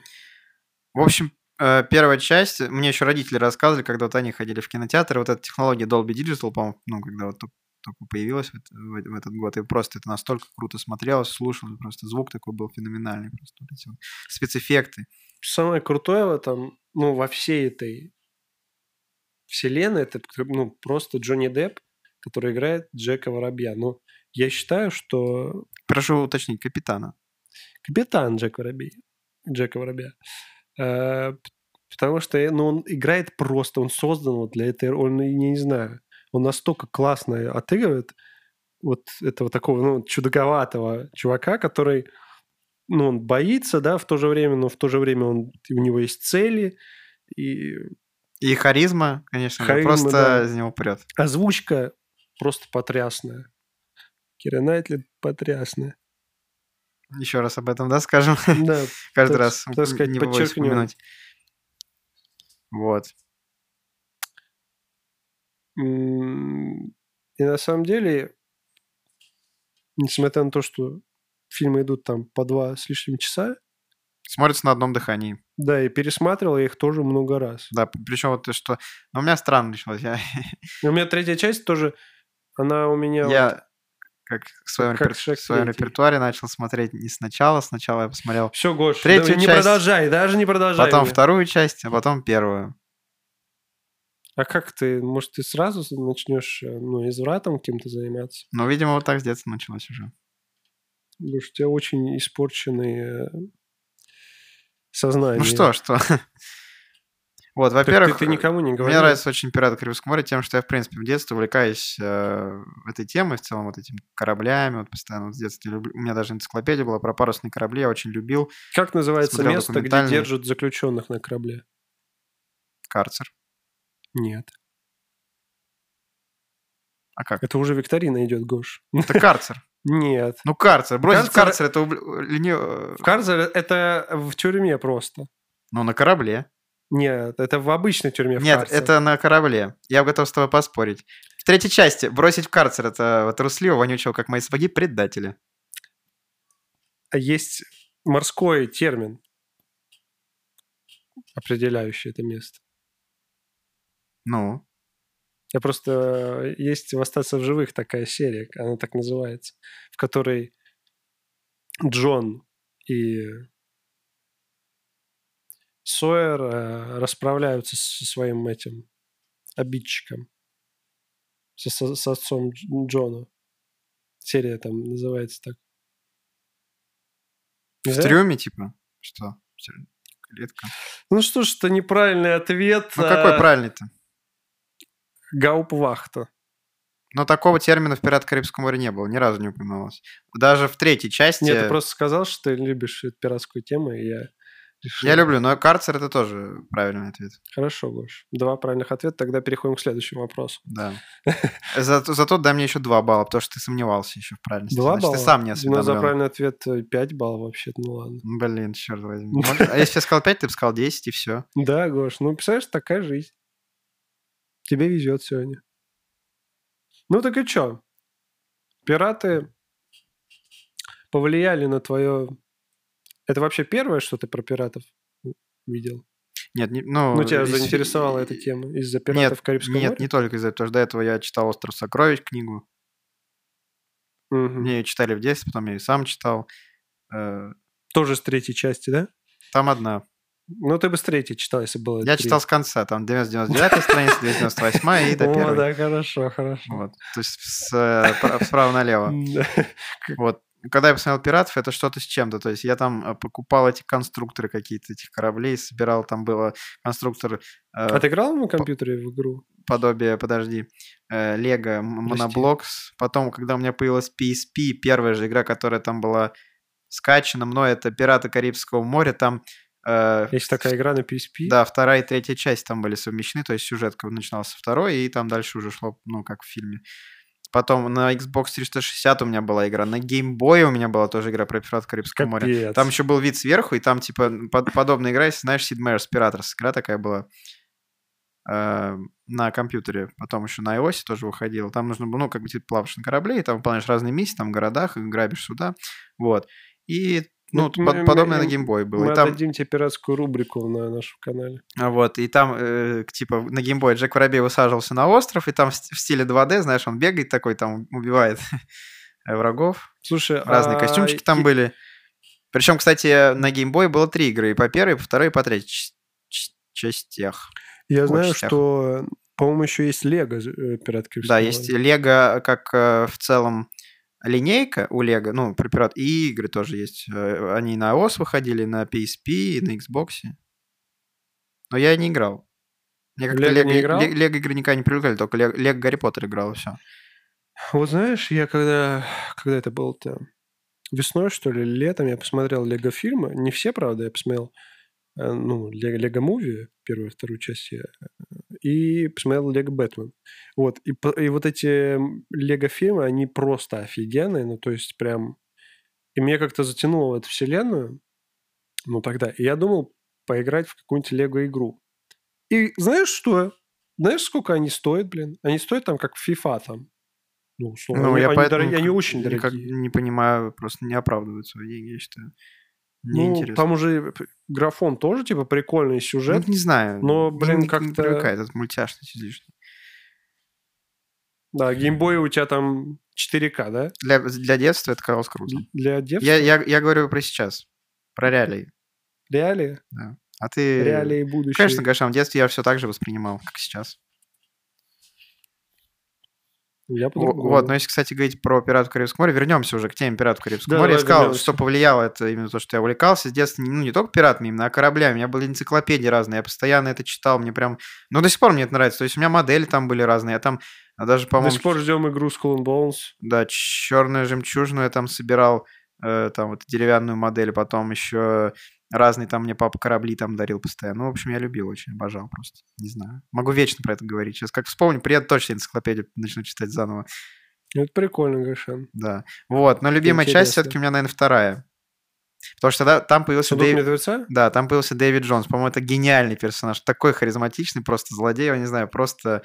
В общем, э, первая часть, мне еще родители рассказывали, когда вот они ходили в кинотеатр, вот эта технология Dolby Digital, по-моему, ну, когда вот тол- только появилась в, эт- в- в этот год, и просто это настолько круто смотрелось, слушалось, просто звук такой был феноменальный, просто вот эти вот спецэффекты. Самое крутое в этом, ну, во всей этой вселенной, это ну, просто Джонни Депп, который играет Джека Воробья. Ну, я считаю, что Прошу уточнить, капитана. капитан Джек Воробей, Джека Воробья. Э, п- Потому что э, ну, он играет просто, он создан вот для этой роли, он, я не знаю, он настолько классно отыгрывает вот этого такого, ну, чудаковатого чувака, который, ну, он боится, да, в то же время, но в то же время он, у него есть цели, и И харизма, конечно, же, Харизма, просто да. из него прет. озвучка просто потрясная. Кира Найтли потрясная. Еще раз об этом, да, скажем? Да, (laughs) Каждый Ну, так- раз так м, сказать, не побоюсь подчеркнем. упомянуть. Вот. М, И на самом деле, несмотря на то, что фильмы идут там по два с лишним часа, Смотрится на одном дыхании. да, и пересматривал я их тоже много раз. Да, причем вот ты что... Но у меня странно началось. Я, И у меня третья часть тоже, она у меня... вот- я как в своем, Как репер- Шрек в своем третий. репертуаре начал смотреть не сначала. Сначала я посмотрел Все, Гош, Третью давай, не часть. продолжай, даже не продолжай. потом меня. вторую часть, а потом первую. А как ты, может, ты сразу начнешь, э, ну, извратом кем-то заниматься? Ну, видимо, вот так с детства началось уже. Ну Потому что у тебя очень испорченные э, сознание. Ну что, что? (laughs) Вот, Так ты- во-первых, ты, никому не говорил. мне нравится очень «Пираты Карибского моря» тем, что я, в принципе, в детстве увлекаюсь э, этой темой, в целом, вот этими кораблями, вот постоянно вот с детства люблю. У меня даже энциклопедия была про парусные корабли, я очень любил Как называется Смотрел место, где документальный. держат заключенных на корабле? карцер. Нет. А как? Это уже викторина идет, Гош. Это карцер. Нет. Ну, карцер. Бросить в Карцер- карцер, это... убл- лени- э, В карцере это в тюрьме просто. Ну, на корабле. Нет, это в обычной тюрьме. в Нет, карцере. это на корабле. Я готов с тобой поспорить. В третьей части бросить в карцер это трусливо, вонючего, как мои сапоги, предателя. А Есть морской термин, определяющий это место. Ну, Я просто... э, Есть в «Остаться в живых» такая серия, она так называется, в которой Джон и Сойер э, расправляются со своим этим обидчиком, со, со- с отцом Дж- Джона. Серия там называется так. Не в знаю? трюме, типа. Что? Клетка. Ну что ж, это неправильный ответ. Ну, какой э, правильный-то? Гаупвахта. Но такого термина в «Пират Карибского моря» не было, ни разу не упоминалось. Даже в третьей части... Нет, ты просто сказал, что ты любишь эту пиратскую тему, и я решил. Я люблю, но карцер это тоже правильный ответ. Хорошо, Гош. Два правильных ответа, тогда переходим к следующему вопросу. (laughs) Да. Зато, зато дай мне еще два балла, потому что ты сомневался еще в правильности. Два Значит, балла? ты сам не Ну, осведомлен. за правильный ответ 5 баллов вообще-то, ну ладно. Блин, черт возьми. Может, А если я сказал 5, ты бы сказал 10, и все. Да, Гош, ну, представляешь, такая жизнь. Тебе везет сегодня. Ну так и чё? Пираты повлияли на твое... Это вообще первое, что ты про пиратов э, видел? Нет, не, ну... Ну, тебя из- заинтересовала эта тема из-за пиратов Нет, Карибского нет, не только из-за этого, потому что до этого я читал «Остров сокровищ» книгу, моря? Мгм. Мне ее читали в детстве, потом я ее сам читал. Э, Тоже с третьей части, да? Там одна. Ну, ты бы с третьей читал, если было Я три. читал с конца, там 299 страница, 298 и (laughs) до О, первой. да, хорошо, хорошо. Вот. То есть с, э, пра- справа налево. М, да. Вот. Когда я посмотрел «Пиратов», это что-то с чем-то. То есть я там э, покупал эти конструкторы какие-то, этих кораблей, собирал, там было конструктор э, А ты играл на компьютере в игру? подобие, подожди, э, Лего, м- Моноблокс. Потом, когда у меня появилась PSP, первая же игра, которая там была скачана мной, это «Пираты Карибского моря». Там э, Есть такая игра на PSP? Да, вторая и третья часть там были совмещены, то есть сюжет как бы начинался со второй, и там дальше уже шло, ну, как в фильме. Потом на Xbox 360 у меня была игра, на Game Boy у меня была тоже игра про пиратов Карибского моря. Капец. Там еще был вид сверху, и там, типа, под- подобная игра, если знаешь, Sid Meier's Piratas, игра такая была э, на компьютере, потом еще на iOS тоже выходила. Там нужно было, ну, как бы ты плаваешь на корабле, и там выполняешь разные миссии, там в городах, и грабишь суда, вот. И, ну, Ну, мы- под- подобное на мы- Game Boy было. Мы И там отдадим тебе пиратскую рубрику на нашем канале. а Вот, и там, э, к- типа, на геймбой Джек Воробей высаживался на остров, и там в ст- в стиле 2D, знаешь, он бегает такой, там убивает (laughs) врагов. Слушай, Разные а костюмчики там и- были. Причем, кстати, на геймбой было три игры. И по первой, и по второй, и по третьей ч- ч- частях. Я знаю, частях. что, по-моему, еще есть Лего э, пират Карибского Да, моря. есть Лего как э, в целом линейка у Лего, ну, про пират, и игры тоже есть. Э, Они на iOS выходили, на PSP и на Xbox. Но я не играл. Я как-то Лего Лего, не играл? Ле- Лего игры никогда не привлекали, только Лего, Лего Гарри Поттер играл, и все. Вот знаешь, я когда... Когда это было-то? Весной, что ли, или летом я посмотрел Лего-фильмы. Не все, правда, я посмотрел э, ну, Лего-муви, первую, вторую часть, я, э, и посмотрел Лего Бэтмен. Вот. И, по- и вот эти Лего-фильмы, они просто офигенные. Ну, то есть прям... И меня как-то затянуло в эту вселенную. Ну, тогда. И я думал поиграть в какую-нибудь Лего-игру. И знаешь что? Знаешь, сколько они стоят, блин? Они стоят там как FIFA там. Ну, условно. они, они дорогие, они очень дорогие. никак не понимаю, просто не оправдывают свои деньги, я считаю. Ну, Неинтересно. там уже п- графон тоже, типа, прикольный Ну, сюжет. не знаю. но, не- блин, не- Не как-то- привыкает, это мультяшность излишне. Да, геймбой у тебя там 4К, да? Для, для детства это казалось круто. Для детства? Я, я, я говорю про сейчас, про реалии. Реалии? А ты... Реалии будущего. Конечно, Гошан, в детстве я все так же воспринимал, как сейчас. Я Во- по-другому. Вот, но если, кстати, говорить про «Пиратов Карибского моря», вернемся уже к теме «Пиратов Карибского Да, моря». Я давай сказал, вернемся. что повлияло это именно то, что я увлекался с детства, ну, не только пиратами, именно, а кораблями. У меня были энциклопедии разные, я постоянно это читал, мне прям... Ну, до сих пор мне это нравится. То есть у меня модели там были разные, я там а даже, До по-моему... сих пор ждем игру Skull and Bones. Да, черную жемчужину я там собирал, э, там вот деревянную модель, потом еще разные там мне папа корабли там дарил постоянно. Ну, в общем, я любил очень, обожал просто. Не знаю. Могу вечно про это говорить. Сейчас как вспомню, приеду точно энциклопедию начну читать заново. Ну, Это прикольно, Гошан. Да. Вот, но любимая часть Интересно. все-таки у меня, наверное, вторая. Потому что тогда там появился Сундук Дэвид... мертвеца? Да, там появился Дэвид Джонс. По-моему, это гениальный персонаж. Такой харизматичный, просто злодей, я не знаю, просто...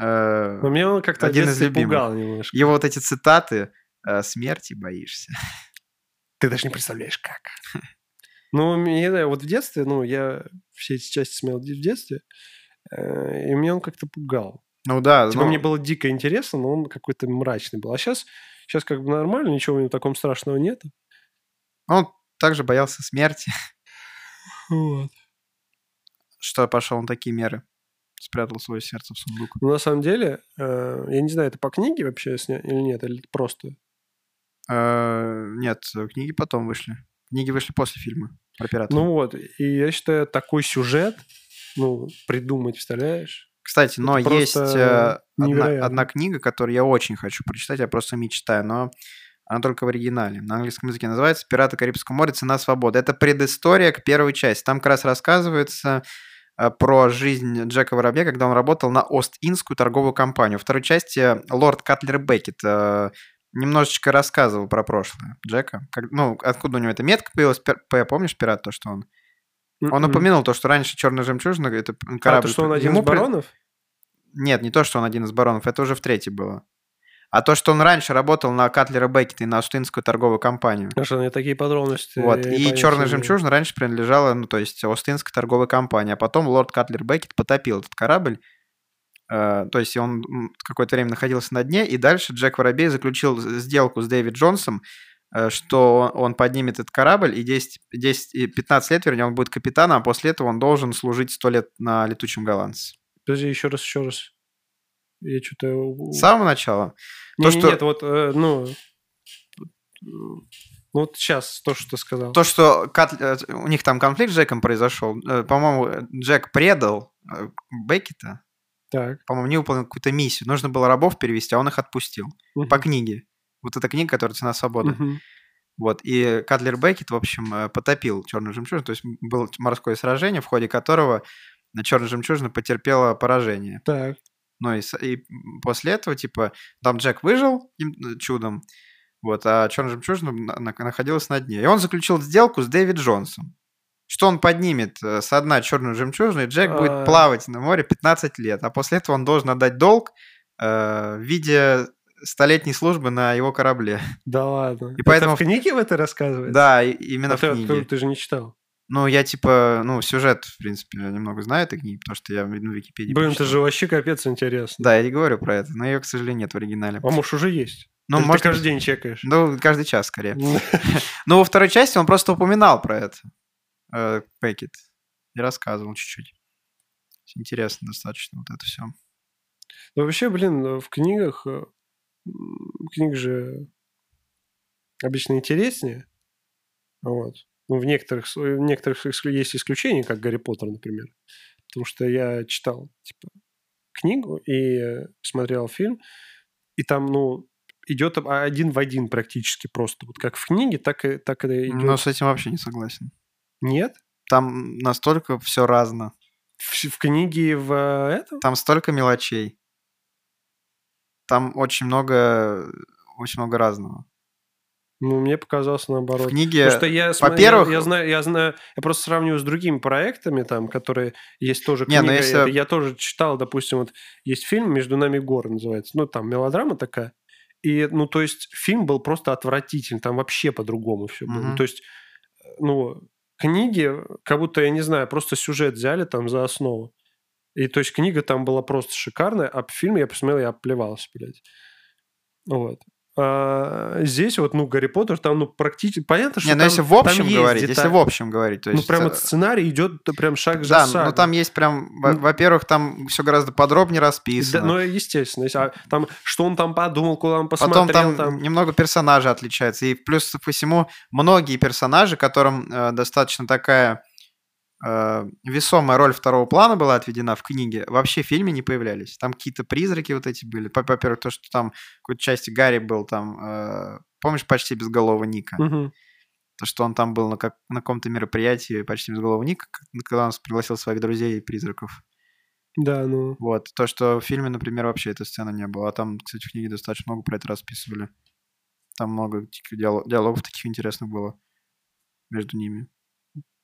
э, Но меня он как-то Один один из из любимых. пугал немножко. Его вот эти цитаты э, «Смерти боишься». Ты даже не представляешь, как. (laughs) Ну, мне, да, вот в детстве, ну, я все эти части смотрел в детстве, э, и меня он как-то пугал. Ну да. Типа, ну- мне было дико интересно, но он какой-то мрачный был. А сейчас, сейчас как бы нормально, ничего у него такого страшного нет. Он также боялся смерти, (laughs) Вот. что пошел на такие меры. Спрятал свое сердце в сундук. Но на самом деле, э, я не знаю, это по книге вообще сня- или нет, или просто. Э, Нет, книги потом вышли. Книги вышли после фильма про пиратов. Ну вот, и я считаю, такой сюжет, ну, придумать, представляешь? Кстати, но это просто есть э, одна, невероятно. одна книга, которую я очень хочу прочитать, я просто мечтаю, но она только в оригинале. На английском языке называется «Пираты Карибского моря. Цена свободы». Это предыстория к первой части. Там как раз рассказывается э, про жизнь Джека Воробья, когда он работал на Ост-Индскую торговую компанию. Во второй части э, лорд Катлер Беккет э, немножечко рассказывал про прошлое Джека. Как- ну, откуда у него эта метка появилась? Пир- П, помнишь, пират, то, что он? Он М-м. упомянул то, что раньше черная жемчужина, это А, корабль. то, что он один Ему из при- баронов? нет, не то, что он один из баронов, это уже в третьей было. А то, что он раньше работал на Катлера Беккета и на Остинскую торговую компанию. Потому что на такие подробности... Вот. я не И понес, «Черная не- жемчужина» раньше принадлежала, ну, то есть, Остинской торговой компании. А потом лорд Катлер Беккет потопил этот корабль. Э, То есть он м, какое-то время находился на дне, и дальше Джек Воробей заключил з- сделку с Дэвид Джонсом, э, что он поднимет этот корабль, и 10, 10, и 15 лет, вернее, он будет капитаном, а после этого он должен служить 100 лет на летучем голландце. Подожди, еще раз, еще раз. Я что-то... С самого начала. Не, то, не, что- Нет, вот, э, ну... м, Вот сейчас то, что ты сказал. То, что Кат- э, у них там конфликт с Джеком произошел, э, по-моему, э, Джек предал э, Беккета, Так. по-моему, не выполнил какую-то миссию. Нужно было рабов перевести, а он их отпустил. Мгм. По книге. Вот эта книга, которая «Цена свободы». Мгм. Вот. И Катлер Беккет, в общем, э, потопил «Черную жемчужину». То есть м, было морское сражение, в ходе которого «Черная жемчужина» потерпела поражение. Так. Ну и, с- и после этого, типа, там Джек выжил им, э, чудом, вот, а Черная жемчужина на- на- находилась на дне. И он заключил сделку с Дэвид Джонсом, что он поднимет э, со дна черную жемчужину, и Джек А. будет плавать на море 15 лет, а после этого он должен отдать долг э, в виде столетней службы на его корабле. Да ладно. И поэтому- поэтому... в книге в это рассказывается? Да, и- А именно в ты, откуда- книге. ты же не читал. Ну, я, типа, ну, сюжет, в принципе, немного знаю этой книги, потому что я ну, в Википедии Блин, это прочитал. же вообще капец интересно. Да, я и говорю про это, но ее, к сожалению, нет в оригинале. А может, уже есть? Ну, Ты же может, каждый день чекаешь. Ну, каждый час скорее. Ну, во второй части он просто упоминал про это. э, Пэкет. И рассказывал чуть-чуть. Интересно достаточно вот это все. Ну, Вообще, блин, э, в книгах... э, м, Книг же обычно интереснее. Вот. Ну, в некоторых, с- в некоторых исклю- есть исключения, как Гарри Поттер, например. Потому что я читал, типа, книгу и э, смотрел фильм, и там, ну, идет об- один в один практически просто. Вот как в книге, так и, так и идет. Но с этим вообще не согласен. Нет? Там настолько все разно. В, в книге и в э, этом? Там столько мелочей. Там очень много, очень много разного. Ну, мне показалось В наоборот. книге... Потому Ну, что я, см- во-первых- я, я знаю, я знаю, я просто сравниваю с другими проектами, там, которые есть тоже Не, книга. ну, если- это я тоже читал, допустим, вот есть фильм «Между нами горы» называется, ну, там мелодрама такая. И, ну, то есть фильм был просто отвратительный, там вообще по-другому все было. Мгм. То есть, ну, книги, как будто, я не знаю, просто сюжет взяли там за основу. И то есть книга там была просто шикарная, а в фильме я посмотрел, я оплевался, блядь. Вот. А здесь вот, ну, Гарри Поттер, там, ну, практически... Понятно, что Не, ну там- если в там общем есть говорить, детали. если в общем говорить, то Ну, есть... прям э, вот сценарий идет да, прям шаг за Да, шагом. ну там есть прям... во- Ну- Во-первых, там все гораздо подробнее Да, расписано. ну, естественно. если- а там, что он там подумал, куда он посмотрел, Потом там, там... немного персонажи отличаются. И плюс ко всему, многие персонажи, которым э, достаточно такая э, весомая роль второго плана была отведена в книге, вообще в фильме не появлялись. Там какие-то призраки вот эти были. По- Во-первых, то, что там в какой-то части Гарри был там... э, помнишь почти безголового Ника? Мгм. То, что он там был на, как- на каком-то мероприятии почти безголового Ника, к- когда он пригласил своих друзей и призраков. Да, ну... Вот. То, что в фильме, например, вообще этой сцены не было. А там, кстати, в книге достаточно много про это расписывали. Там много таких диало- диалогов таких интересных было между ними.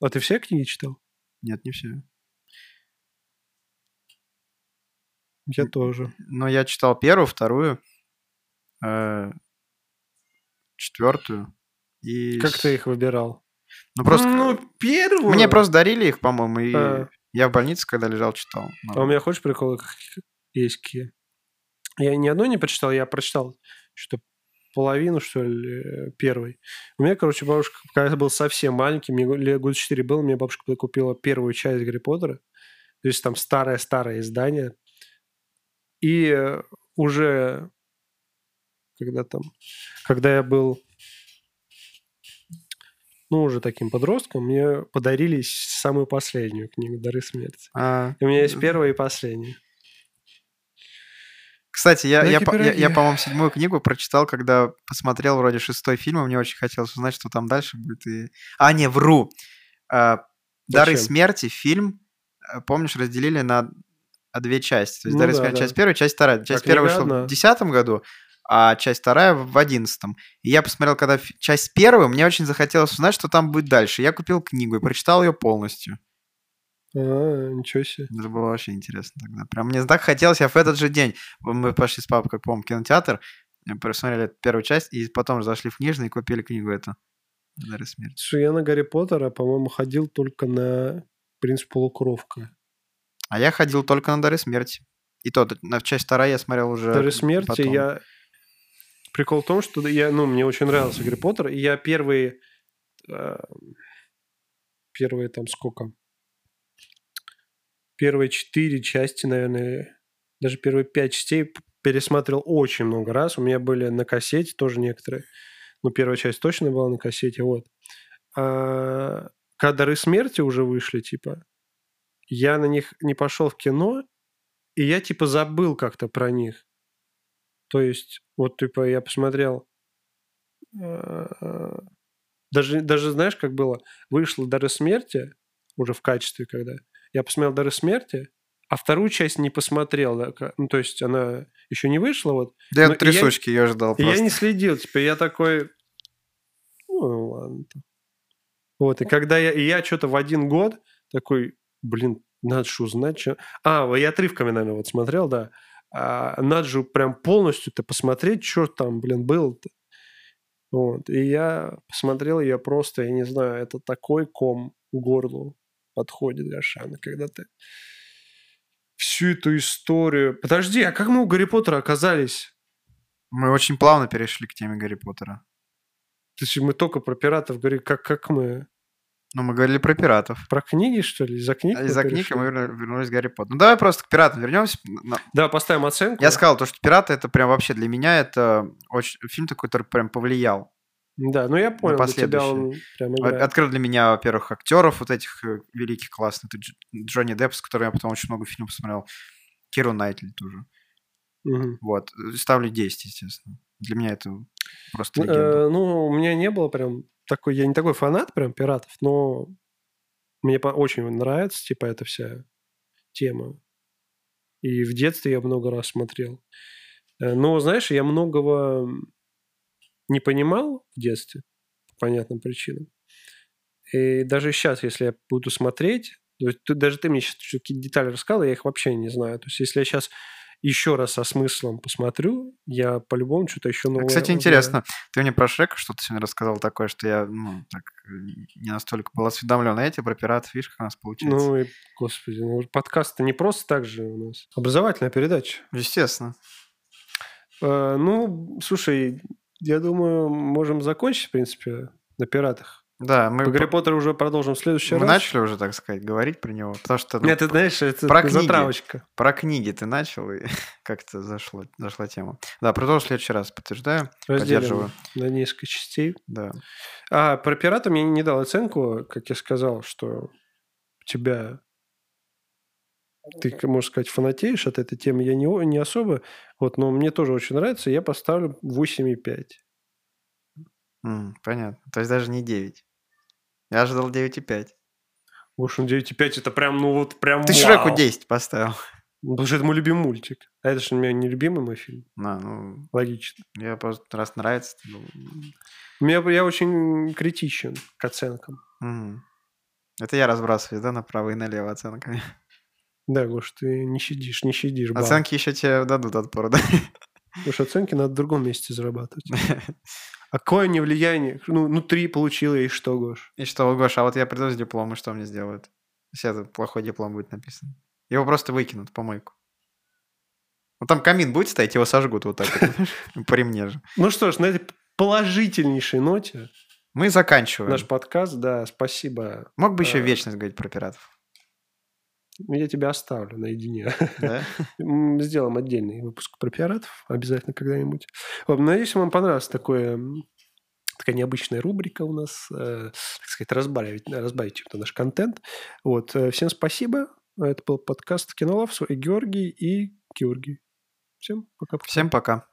А ты все книги читал? Нет, не все. Я М. тоже. Но я читал первую, вторую, э, четвертую. И... Как с- ты их выбирал? Ну, просто... Ну, первую... Мне просто дарили их, по-моему, и А. я в больнице, когда лежал, читал. Но- А у меня хочешь приколы какие- есть какие? Я ни одной не прочитал, я прочитал что-то половину, что ли, э, первой. У меня, короче, бабушка, когда я был совсем маленький, мне го- лет год 4 было, мне бабушка купила первую часть Гарри Поттера, то есть там старое-старое издание. И э, уже когда там, когда я был, ну, уже таким подростком, мне подарили самую последнюю книгу «Дары смерти». А, У меня есть первая и последняя. Кстати, я, Ну, я, эти по- я- я, пироги. по-моему, седьмую книгу прочитал, когда посмотрел вроде шестой фильм, и мне очень хотелось узнать, что там дальше будет. И... А, не, вру. А, «Дары Зачем? смерти» фильм, э, помнишь, разделили на а, две части. То есть Ну «Дары да, смерти» да. часть первая, часть вторая. Часть книга первая вышла одна. в десятом году, а часть вторая в одиннадцатом. И я посмотрел, когда фи- часть первая, мне очень захотелось узнать, что там будет дальше. Я купил книгу и прочитал ее полностью. А, ничего себе. Это было вообще интересно тогда. Прям мне так хотелось, я в этот же день, мы пошли с папой, как помню, в кинотеатр, Посмотрели первую часть, и потом зашли в книжный и купили книгу эту. «Дары смерти». Слушай, я на Гарри Поттера, по-моему, ходил только на «Принц полукровка». А я ходил только на «Дары смерти». И то, на часть вторая я смотрел уже «Дары смерти» потом. я... Прикол в том, что я, ну, мне очень нравился Гарри Поттер, и я первые... э, Первые там сколько? Первые четыре части, наверное, даже первые пять частей п- пересматривал очень много раз. У меня были на кассете тоже некоторые. Ну, первая часть точно была на кассете, вот. А, когда «Дары смерти» уже вышли, типа, я на них не пошел в кино, и я, типа, забыл как-то про них. То есть, вот, типа, я посмотрел... э, Даже, даже знаешь, как было? Вышло «Дары смерти», уже в качестве когда. Я посмотрел «Дары смерти», а вторую часть не посмотрел. да, ка- Ну, то есть, она еще не вышла, вот. Да я Ну, и три я- сучки ее ждал И просто. я не следил, типа, я такой, ну, ладно. там». Вот, и когда я, и я что-то в один год такой, блин, надо же узнать, что... А, вот я отрывками, наверное, вот смотрел, да. А, надо же прям полностью-то посмотреть, что там, блин, было-то. Вот, и я посмотрел, и я просто, я не знаю, это такой ком к горлу подходит, Гошана, когда ты всю эту историю... Подожди, а как мы у Гарри Поттера оказались? Мы очень плавно перешли к теме Гарри Поттера. То есть мы только про пиратов говорим, как, как мы... Ну, мы говорили про пиратов. Про книги, что ли? Из-за книг? А мы Из-за перешли? книг мы верну- вернулись к Гарри Поттеру. Ну, давай просто к пиратам вернемся. На- Да, поставим оценку. Я сказал, то, что «Пираты» — это прям вообще для меня это очень... фильм такой, который прям повлиял. Да, ну я понял, для тебя он прям играет. Открыл для меня, во-первых, актеров вот этих э, великих, классных. Это Дж- Джонни Депп, с которым я потом очень много фильмов посмотрел. Киру Найтли тоже. Мгм. Вот. Э, Ставлю 10, естественно. Для меня это просто легенда. Э, Ну, у меня не было прям такой... Я не такой фанат прям пиратов, но мне по- очень нравится, типа, эта вся тема. И в детстве я много раз смотрел. Э, Но, знаешь, я многого м, не понимал в детстве по понятным причинам. И даже сейчас, если я буду смотреть, то есть ты- даже ты мне сейчас какие-то детали рассказал, я их вообще не знаю. То есть если я сейчас еще раз со смыслом посмотрю, я по-любому что-то еще новое... А, Кстати, узнаю. интересно, ты мне про Шрека что-то сегодня рассказал такое, что я, ну, так, э, не настолько был осведомлен. А я тебе про пиратов, видишь, как у нас получается. Ну и, господи, ну, подкаст-то не просто так же у нас. Образовательная передача. Естественно. Э, ну, слушай, я думаю, можем закончить, в принципе, на пиратах. Да, мы По Гарри по- Поттеру уже продолжим в следующий мы раз. начали уже, так сказать, говорить про него, потому что ну, Нет, ты знаешь, это про такая книги. затравочка. про книги ты начал, и (laughs) как-то зашло, зашла тема. Да, продолжу в следующий раз, подтверждаю, Разделим поддерживаю. на несколько частей. Да. А, про пиратов я не дал оценку, как я сказал, что у тебя... Ты, к- можно сказать, фанатеешь от этой темы. Я не, о- не особо. Вот, но мне тоже очень нравится. Я поставлю 8,5. М, понятно. То есть даже не 9. Я ожидал 9,5. Ocean 9.5 это прям, ну вот прям Ты вау. Шреку 10 поставил. (laughs) Ну, Потому что это мой любимый мультик. А это же у меня не любимый мой фильм. На, ну, Логично. я просто раз нравится. ну, Меня, я очень критичен к оценкам. м. Это я разбрасываюсь, да, направо и налево оценками. Да, Гош, ты не щадишь, не щадишь. балл. Оценки еще тебе дадут отпор, да? (laughs) Потому что оценки надо в другом месте зарабатывать. А какое не влияние? Ну, ну, три получил я, и что, Гош? И что, Гоша, а вот я приду с дипломом, и что мне сделают? Если это плохой диплом будет написан. Его просто выкинут в помойку. Ну там камин будет стоять, его сожгут вот так вот, (laughs) знаешь, по ремне же. Ну что ж, на этой положительнейшей ноте Мы заканчиваем. наш подкаст, да, спасибо. Мог бы еще э, вечность говорить (laughs) про пиратов. Я тебя оставлю наедине. Да? М, сделаем отдельный выпуск про пиратов обязательно когда-нибудь. Вот, Надеюсь, вам понравилось такое м, такая необычная рубрика у нас, э, так сказать, разбавить, разбавить чем-то наш контент. Вот, э, всем спасибо. Это был подкаст Кинолав, с вами Георгий и Георгий. Всем пока. Всем пока.